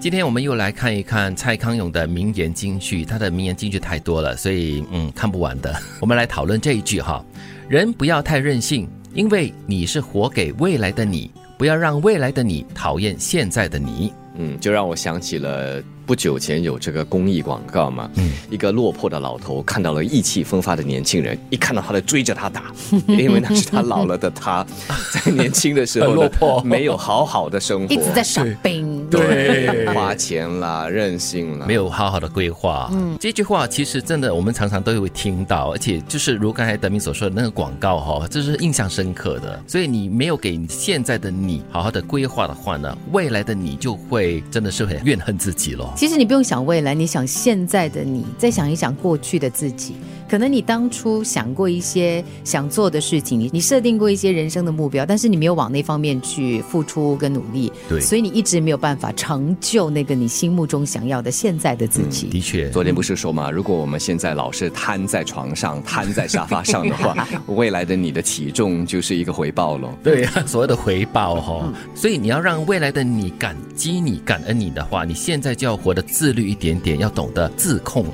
今天我们又来看一看蔡康永的名言金句，他的名言金句太多了，所以嗯看不完的。我们来讨论这一句哈：人不要太任性，因为你是活给未来的你，不要让未来的你讨厌现在的你。嗯，就让我想起了不久前有这个公益广告嘛，嗯一个落魄的老头看到了意气风发的年轻人，一看到他就追着他 打，因为那是他老了的他，在年轻的时候很呢落魄没有好好的生活，一直在赏冰，对花钱啦，任性啦，没有好好的规划。嗯，这句话其实真的我们常常都会听到，而且就是如刚才德明所说的那个广告哈、这是印象深刻的。所以你没有给现在的你好好的规划的话呢，未来的你就会真的是很怨恨自己咯。其实你不用想未来，你想现在的你，再想一想过去的自己。可能你当初想过一些想做的事情，你你设定过一些人生的目标，但是你没有往那方面去付出跟努力，对所以你一直没有办法成就那个你心目中想要的现在的自己。嗯的确，昨天不是说嘛，如果我们现在老是瘫在床上、瘫在沙发上 的话，未来的你的体重就是一个回报喽。对啊， 所谓的回报哈、所以你要让未来的你感激你、感恩你的话，你现在就要活得自律一点点，要懂得自控。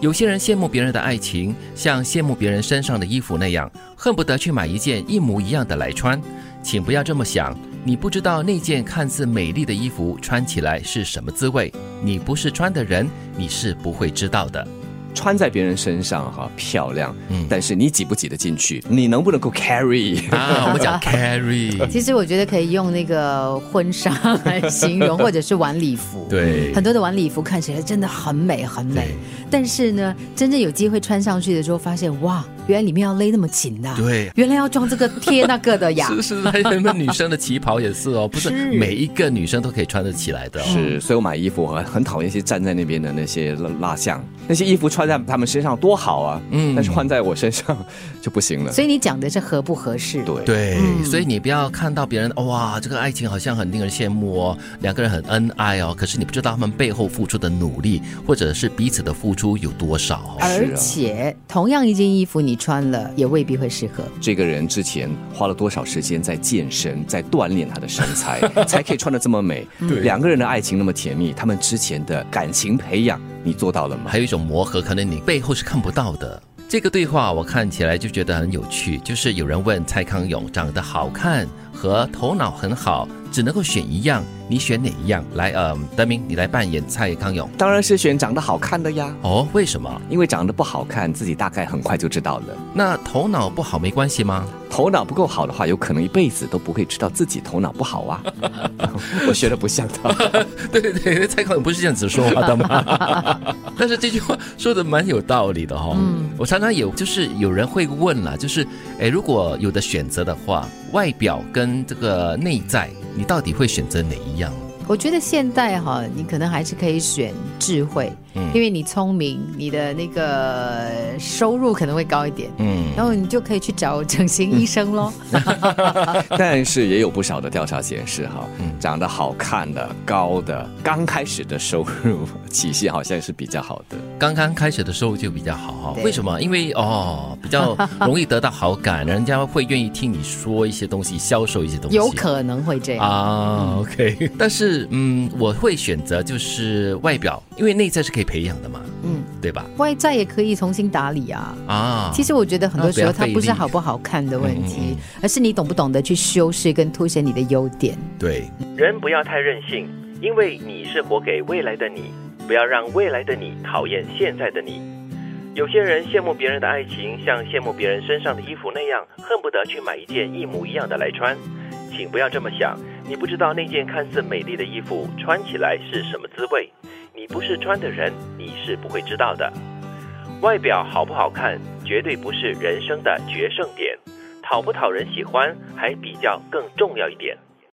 有些人羡慕别人的爱情，像羡慕别人身上的衣服那样，恨不得去买一件一模一样的来穿。请不要这么想，你不知道那件看似美丽的衣服穿起来是什么滋味，你不是穿的人，你是不会知道的。穿在别人身上哈、漂亮，嗯但是你挤不挤得进去？你能不能够 carry？啊，我们讲 carry，其实我觉得可以用那个婚纱来形 容，或者是晚礼服。。对很多的晚礼服看起来真的很美很美，但是呢，真正有机会穿上去的时候，发现哇，原来里面要勒那么紧的、对，原来要装这个贴那个的 呀。是是，那你们女生的旗袍也是哦，不是每一个女生都可以穿得起来的、哦。是，所以我买衣服我很很讨厌一些站在那边的那些蜡蜡像，那些衣服穿在他们身上多好啊，嗯但是换在我身上就不行了。所以你讲的是合不合适？对啊对，嗯所以你不要看到别人哦哇，这个爱情好像很令人羡慕哦，两个人很恩爱哦，可是你不知道他们背后付出的努力，或者是彼此的付出有多少、哦。而且同样一件衣服你穿了也未必会适合。这个人之前花了多少时间在健身，在锻炼他的身材，才可以穿得这么美？两个人的爱情那么甜蜜，他们之前的感情培养，你做到了吗？还有一种磨合，可能你背后是看不到的。这个对话我看起来就觉得很有趣，就是有人问蔡康永长得好看和头脑很好，只能够选一样，你选哪一样？来，呃，德明，你来扮演蔡康永当然是选长得好看的呀，哦？为什么？因为长得不好看，自己大概很快就知道了。那头脑不好没关系吗？头脑不够好的话，有可能一辈子都不会知道自己头脑不好啊。我学的不像他。 对对对，蔡康永不是这样子说话 的吗？ 但是这句话说的蛮有道理的哈、嗯，我常常有就是有人会问啦，就是哎，如果有的选择的话，外表跟这个内在，你到底会选择哪一样？我觉得现代哈，你可能还是可以选智慧，嗯因为你聪明，你的那个收入可能会高一点，嗯，然后你就可以去找整形医生喽。 但是也有不少的调查显示，哈，长得好看的、高的，刚开始的收入 体系好像是比较好的。刚刚开始的时候就比较好哈。对为什么？因为哦，比较容易得到好感，人家会愿意听你说一些东西，销售一些 东西。有可能会这样。啊，OK，但是嗯，我会选择就是外表，因为内在是可以培养的嘛，嗯，对吧？外在也可以重新打理啊。啊，其实我觉得很多时候啊不要它费力不是好不好看的问嗯嗯题，而是你懂不懂得去修饰跟凸显你的优点。对，人不要太任性，因为你是活给未来的你，不要让未来的你讨厌现在的你。有些人羡慕别人的爱情，像羡慕别人身上的衣服那样，恨不得去买一件一模一样的来穿。请不要这么想，你不知道那件看似美丽的衣服穿起来是什么滋味，你不是穿的人，你是不会知道的。外表好不好看，绝对不是人生的决胜点，讨不讨人喜欢还比较更重要一点。